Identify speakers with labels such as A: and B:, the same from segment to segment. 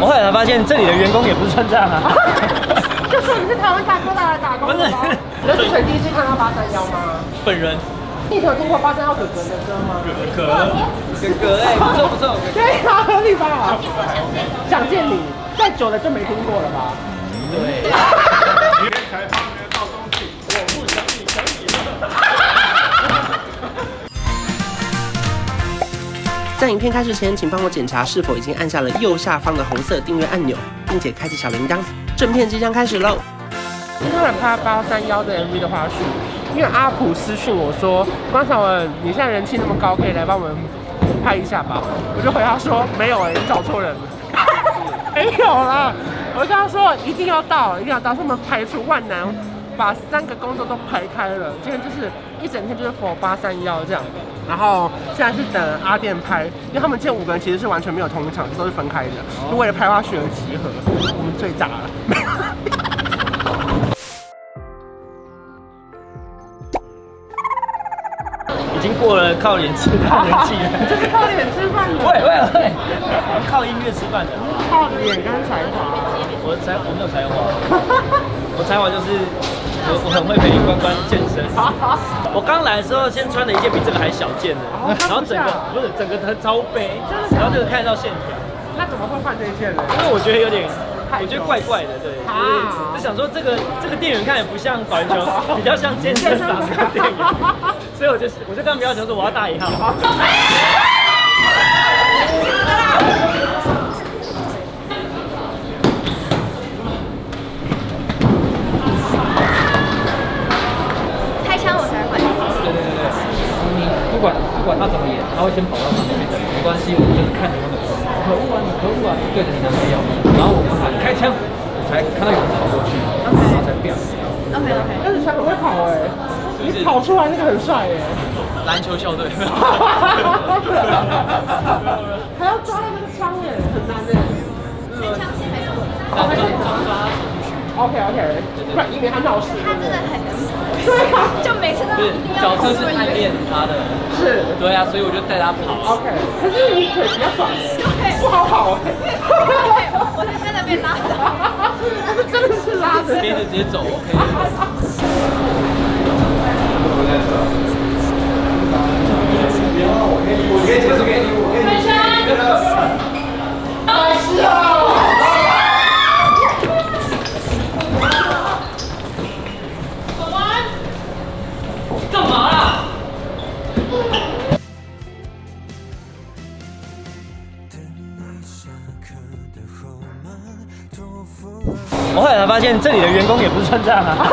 A: 我后来才发现这里的员工也不是算账啊。
B: 就说你是台湾大哥大的打工的吗
A: 不是？
B: 你是水第一次看到八三幺吗？
A: 本人
B: 你以前有听过八三幺哥哥的歌吗？
A: 哥哥哎，不错不错，
B: 对啊，合理吧？想见你，再久了就没听过了吧？
A: 对。
C: 别开放的到东西，我不想你想你了。
D: 在影片开始前，请帮我检查是否已经按下了右下方的红色订阅按钮，并且开启小铃铛。正片即将开始喽！
B: 今天很怕八三幺的 MV 的花絮，因为阿普私讯我说，关晓雯，你现在人气那么高，可以来帮我们拍一下吧。我就回他说，没有哎、你找错人了， 没有啦。我就跟他说，一定要到，一定要到，他们排除万难，把三个工作都排开了。今天就是一整天就是 for 八三幺这样。然后现在是等阿店拍，因为他们这五个人其实是完全没有同一场，都是分开的，就为了拍花絮而集合。我们最大了。
A: 已经过了靠脸吃饭的年 纪了。
B: 就是靠脸吃饭的，
A: 喂喂喂，我靠音乐吃饭的。
B: 靠脸跟才华。
A: 我才我没有才华，我才华就是我我很会陪关关健身。我刚来的时候，先穿了一件比这个还小件的，然后整个不是整个很超背，然后就看得到线条，
B: 那怎么会换这一件呢？
A: 因为我觉得有点。我觉得怪怪的，对，就是就想说这个这个店员看也不像保龄球，比较像健身房的店员，所以我就我就跟苗强说我要大一号，
E: 开枪我才会。
A: 对对对对，你不管不管他怎么演，他会先跑到旁边去等，没关系，我们就是看着他们说，可恶啊，你可恶啊，你对着你男朋友，然后我们喊开枪，我才看到有人跑过去，然后才变。
E: OK OK。
B: 但是才很会跑哎、你跑出来那个很帅 哎、
A: 篮球校队，
B: 还要抓到那个枪哎、很难哎、OK OK，不然以免他闹事。
E: 他真的很能
B: 对啊，
E: 就每次都
F: 是角色是暗恋他的，
B: 是
F: 对啊，所以我就带他跑。
B: OK。可是你腿比较短哎、不好跑哎、
E: 对，我是真的被拉的。
B: 我 是真的是拉着。
F: 接着直接走，OK。
A: 我后来才发现这里的员工也不是算账啊，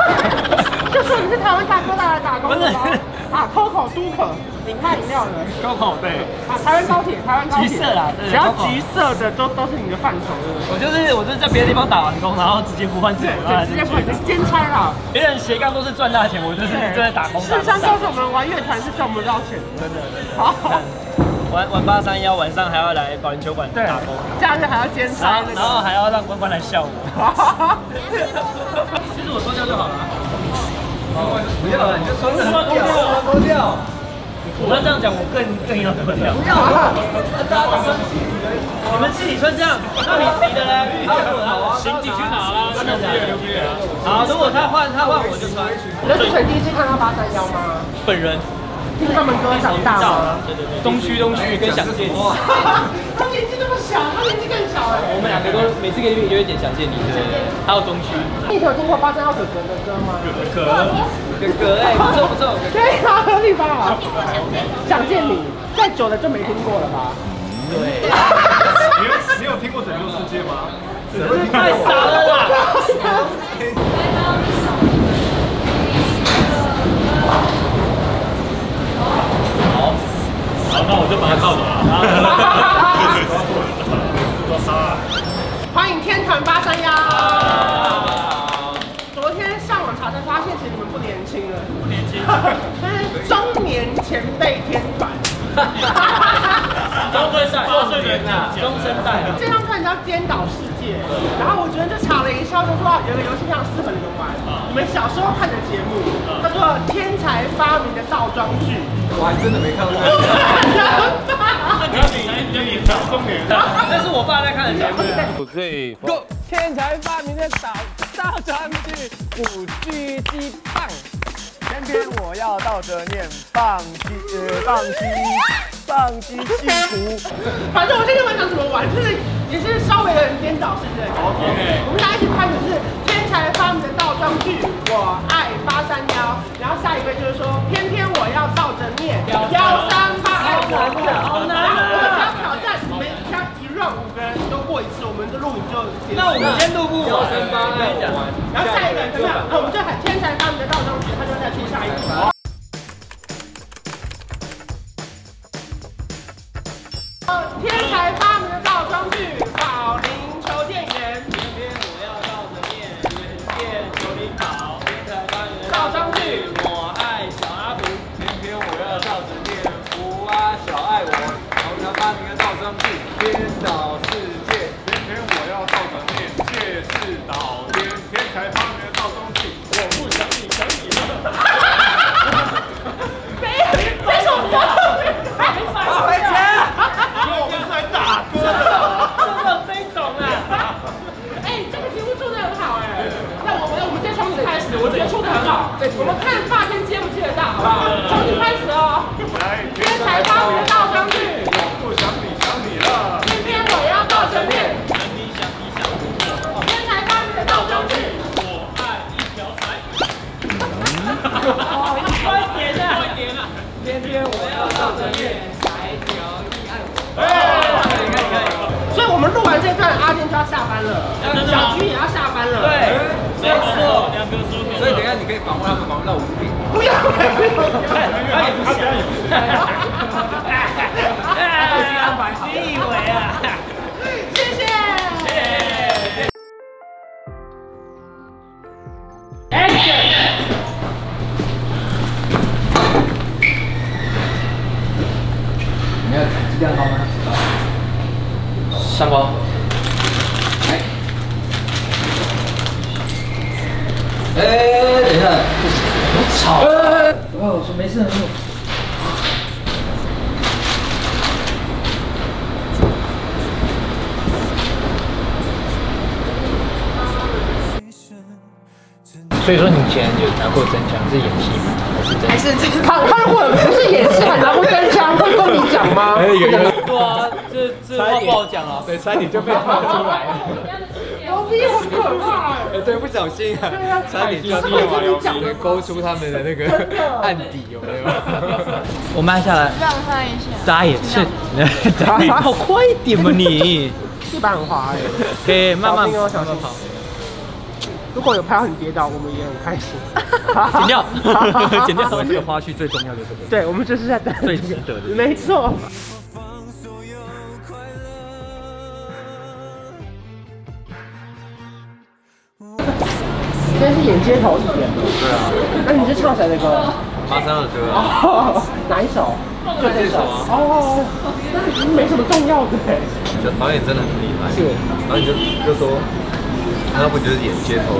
B: 就说你是台湾大哥大的打工的吗
A: 不是？
B: 啊，Coco 都可饮卖饮料的。
A: 高考对，
B: 啊，台湾高铁，台湾高铁，
A: 橘色啦对
B: 只要
A: Coco
B: 橘色的都都是你的范畴了，
A: 我就是我就是在别的地方打完工，然后直接不换自己，然后
B: 对，
A: 啊就
B: 直接不能兼差啦。
A: 别人斜杠都是赚大钱，我就是正在打工打
B: 事实
A: 工打
B: 上，
A: 工
B: 告诉我们玩乐团是赚不到钱的，真的。好，
A: 玩玩八三幺，晚上还要来保龄球馆
B: 对
A: 打工，，
B: 假日还要兼
A: 然
B: 差
A: 后
B: 那
A: 然后
B: 个。
A: 还要让关关来笑我。 其实我脱掉就好了。哦不要了，你就说脱掉，脱掉。我要这样讲，我更更要脱掉。不要你们自己穿这样，那你你的呢？行李去哪了？真的假的？好，如果他换他换我就穿。
B: 刘志水第一次看到八三幺吗？
A: 本人
B: 听他们歌长大吗？
A: 对对对，东区东区跟想见你，
B: 他年纪这么小，他年纪更小哎。
F: 我们两个都每次跟约一点想见你，对不对？还有东区，
B: 你有听过八三幺哥哥的歌吗？
F: 哥哥哎，不错不错，
B: 对啊，合理吧？想见你，再久了就没听过了吧？
A: 嗯
C: 你有你有听过拯救世界吗？
A: 太傻了啦！
C: 好，那我就把他告倒了。
B: 欢迎天团八三幺。昨天上网查才发现，其实你们不年轻了，不年 轻，但是中年前辈天团。
A: 中生代，中生代，中生代。
B: 这张专辑叫《颠倒世界》，然后我昨天就查了一下，就说有个游戏非常适合你们玩，你们小时候看的节目，叫做 《天才发明的倒装句》。我还真的没看过。
C: 然后你你你讲重点，
A: 那是我爸在看的节目。
B: 我可以
F: 天才发明的导倒装句，古巨基棒。
G: 偏偏我要倒着念棒鸡，呃，棒鸡，棒鸡幸福。
B: 反正我现在晚想怎么玩，就是也是稍微有点颠倒式的。我们大家一起拍的是天才发明的倒装句，我爱八三幺。然后下一位就是说，偏偏我要倒着念幺三八二五。好难啊！我想挑战你们一下一 round 五个人都过一次，我们的录影就结束。
A: 那我们先度过幺三八二五啊，
B: 然后下一个人怎么样？我们就喊天才发明的倒装句，他就再出下一个。天才发明的倒装句，保龄球店员。倒装句，
F: 我爱小阿福，偏偏我要倒着念福啊，小爱我。红茶发明的倒装句，颠倒世界。
C: 偏偏我要倒着念，借势倒颠，天才发明的倒装句，我不想你想你了。
B: 没有，这是我的。好回家。
C: 我们是来打歌的，
B: 真的这种啊！哎，这个题目出的很好哎。那我们我们先从你开始，我觉得出的很好。我们看发先接不接得到，好不好？从你开始哦。
C: 来，
B: 天才发明的倒装句，
C: 我不想你想你了。
B: 偏偏我要倒着念。天才发明的倒装句。所以我们录完这段，阿健就要下班了，小菊也要下班了。对，
A: 所以说，
F: 所以等一下你可以访问他们，访问到五点。
B: 不要，不要，不要。
A: 他也不想。你以为啊？
B: 谢谢。
F: 你要鸡蛋糕吗？三包。哎，等一下，我吵！哦，我说没事没事。所以说，你以前有拿过真枪是演戏吗？还是真枪？
B: 他他如果不是演戏，很难会跟枪，会跟你讲吗？
F: 对啊，这这话不好 讲啊。对，差点就被放出 来了。
B: 牛逼，很可怕。
F: 哎，对，不小心啊，差点就
B: 他会跟你讲的
F: 勾出他们的那个案底，有没有？我慢下来，
E: 让他一下。
F: 眨眼是，好快一点嘛你！
B: 地板很滑哎。
F: 可以慢慢
B: 小心哦小
F: 慢
B: 心
F: 慢跑，
B: 如果有拍到你跌倒，我们也很开 心。
F: 剪掉， 剪掉。这个花絮最重要的这个
B: 对，我们就是在等。
F: 最值得的。
B: 没错。今天是演街头艺人。对啊。那你是唱谁的歌？
F: 马三二哥啊，
B: 哦，哪一首？就这首啊。哦，那你没什么重要的哎。
H: 这导演真的很厉害，然后你就就说，那不就是演街头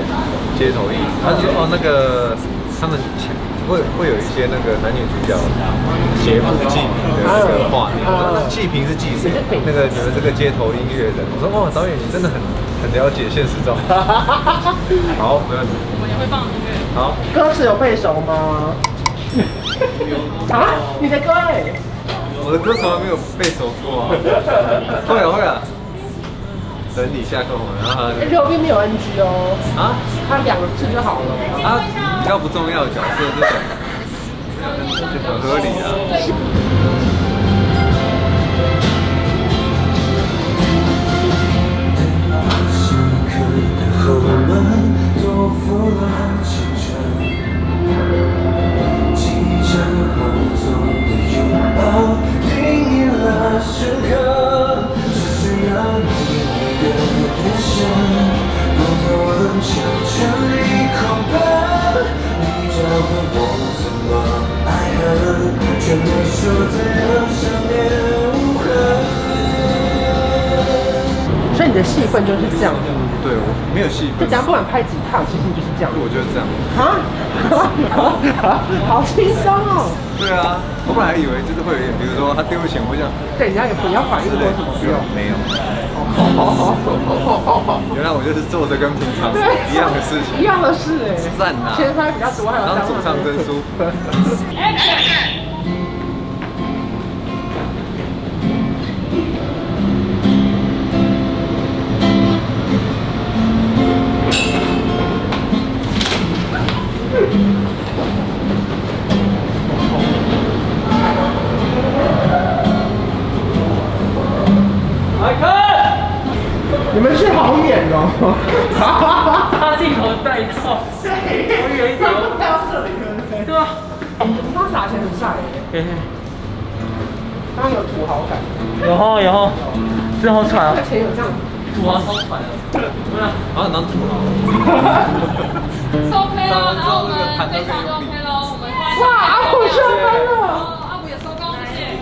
H: 街头艺？他就说哦，那个他们前会会有一些那个男女主角劫富济贫的那个画面，我说那济贫是济谁？那个你们这个街头音乐人，我说哇，导演你真的很很了解现实中。好，没问题。我们也会放音乐。好，
B: 歌词有背熟吗？ 啊，你的歌哎。
H: 我的歌从来没有背熟过啊。 会啊了会了，等你下课我们然后他
B: 哎刘斌没有 NG 哦，
H: 就啊。
B: 他两次就好了。
H: 啊，比较不重要的角色这种，就很合理啊。
I: 却没说最后。
B: 你的戏份就是这样子，
H: 对我没有戏
B: 就
H: 份
B: 只，要不管拍几趟，其实你就是这样子。
H: 我就是这样。
B: 啊， 好轻松哦。
H: 对啊，我本来以为就是会有一点，比如说他丢钱，我想
B: 对，你要有你要反应
H: 之
B: 过
H: 类
B: 什么？不用。
H: 没有。 原来我就是做着跟平常一样的事情
B: 一。样的事哎、
H: 赞啊
B: 前拍比较多，还有
H: 当
B: 上
H: 主唱真舒服。
B: 你们是好演哦。
A: 他镜头带到，
B: 我有一点到这里对吧？他撒钱很帅哎、他有土豪感，
A: 然后然后，这好喘啊
B: 而，且有这样子。
A: 土豪超喘的，
B: 啊
H: 然后啊当土豪，
I: OK
H: 当完
I: 喽，然
H: 之
I: 后
H: 后
I: 我
H: 那个
I: 们
H: 盘都
I: 非常
H: 可
I: OK
H: 以立。
I: 喽，我们
B: 哇，阿虎上班了，
I: 哦，阿虎也收工，谢谢。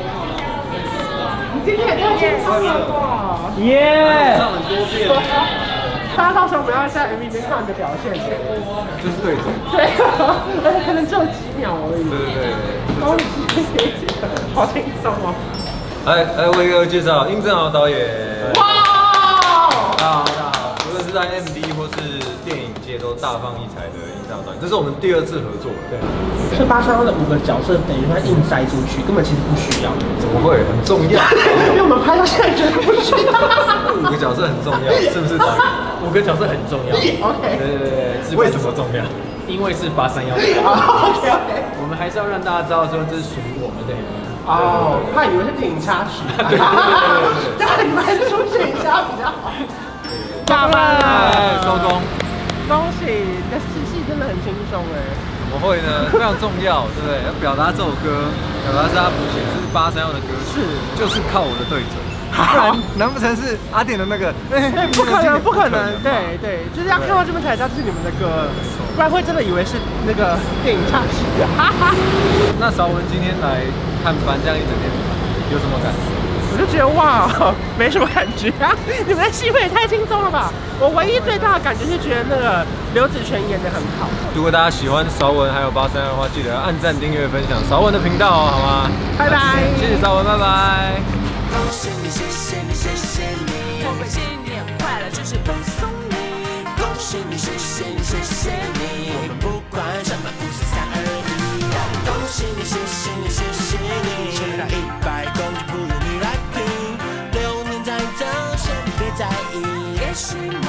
B: 你今天也太轻松了吧！
A: 耶！
H: 唱很多遍，
B: 大家到时候不要在 MV 里面看你的表现，对，
H: 就是对嘴。
B: 而且可能只有几秒而已
H: 对。对对。
B: 恭喜，好轻松哦！
H: 来来，哎我一个介绍，殷正豪导演。
B: 哇，
H: 大家好，大家好，无论是在 MV 或是电影界都大放异彩的殷正豪导演，这是我们第二次合作。对。
A: 这八三幺的五个角色等于他硬塞出去，根本其实不需要。
H: 怎么会？很重要。
B: 因为我们拍到现在觉得不需要。
H: 五个角色很重要，是不是导演？
A: 五个角色很重要，
B: OK。
H: 对对对，为什么重要？
A: 因为是八三幺，
B: OK OK。
A: 我们还是要让大家知道说这是属于我们的。
B: 哦，他以为是电影插曲，那你们还是出电影插比较好。
A: 下班了，收工。
B: 恭喜，你的戏戏真的很轻松哎。
H: 怎么会呢？ 非常重要，对不对？要表达这首歌，表达是阿普写，是八三幺的歌，是就是靠我的对嘴，不然难不成是阿典的那个？哎
B: 不可能，不可能，对对，就是要看到这边才知道这是你们的歌，不然会真的以为是那个电影插曲。
H: 那韶文今天来探班这样一整天，有什么感觉？
B: 我就觉得哇，没什么感觉啊！ 你们的戏份也太轻松了吧！我唯一最大的感觉是觉得那个刘子璇演的很好。
H: 如果大家喜欢韶文还有八三幺的话，记得按赞、订阅、分享韶文的频道哦，好吗？
B: 拜拜
H: 谢谢韶文，拜拜。
J: 谢你谢谢你谢谢你，我们新年快乐就是恭送你，恭喜你谢谢你谢谢你，我们不管什么五四三二一，恭喜你谢谢你谢谢你，吃到一百公斤不用你来拼，流年再走，先别在意，也许明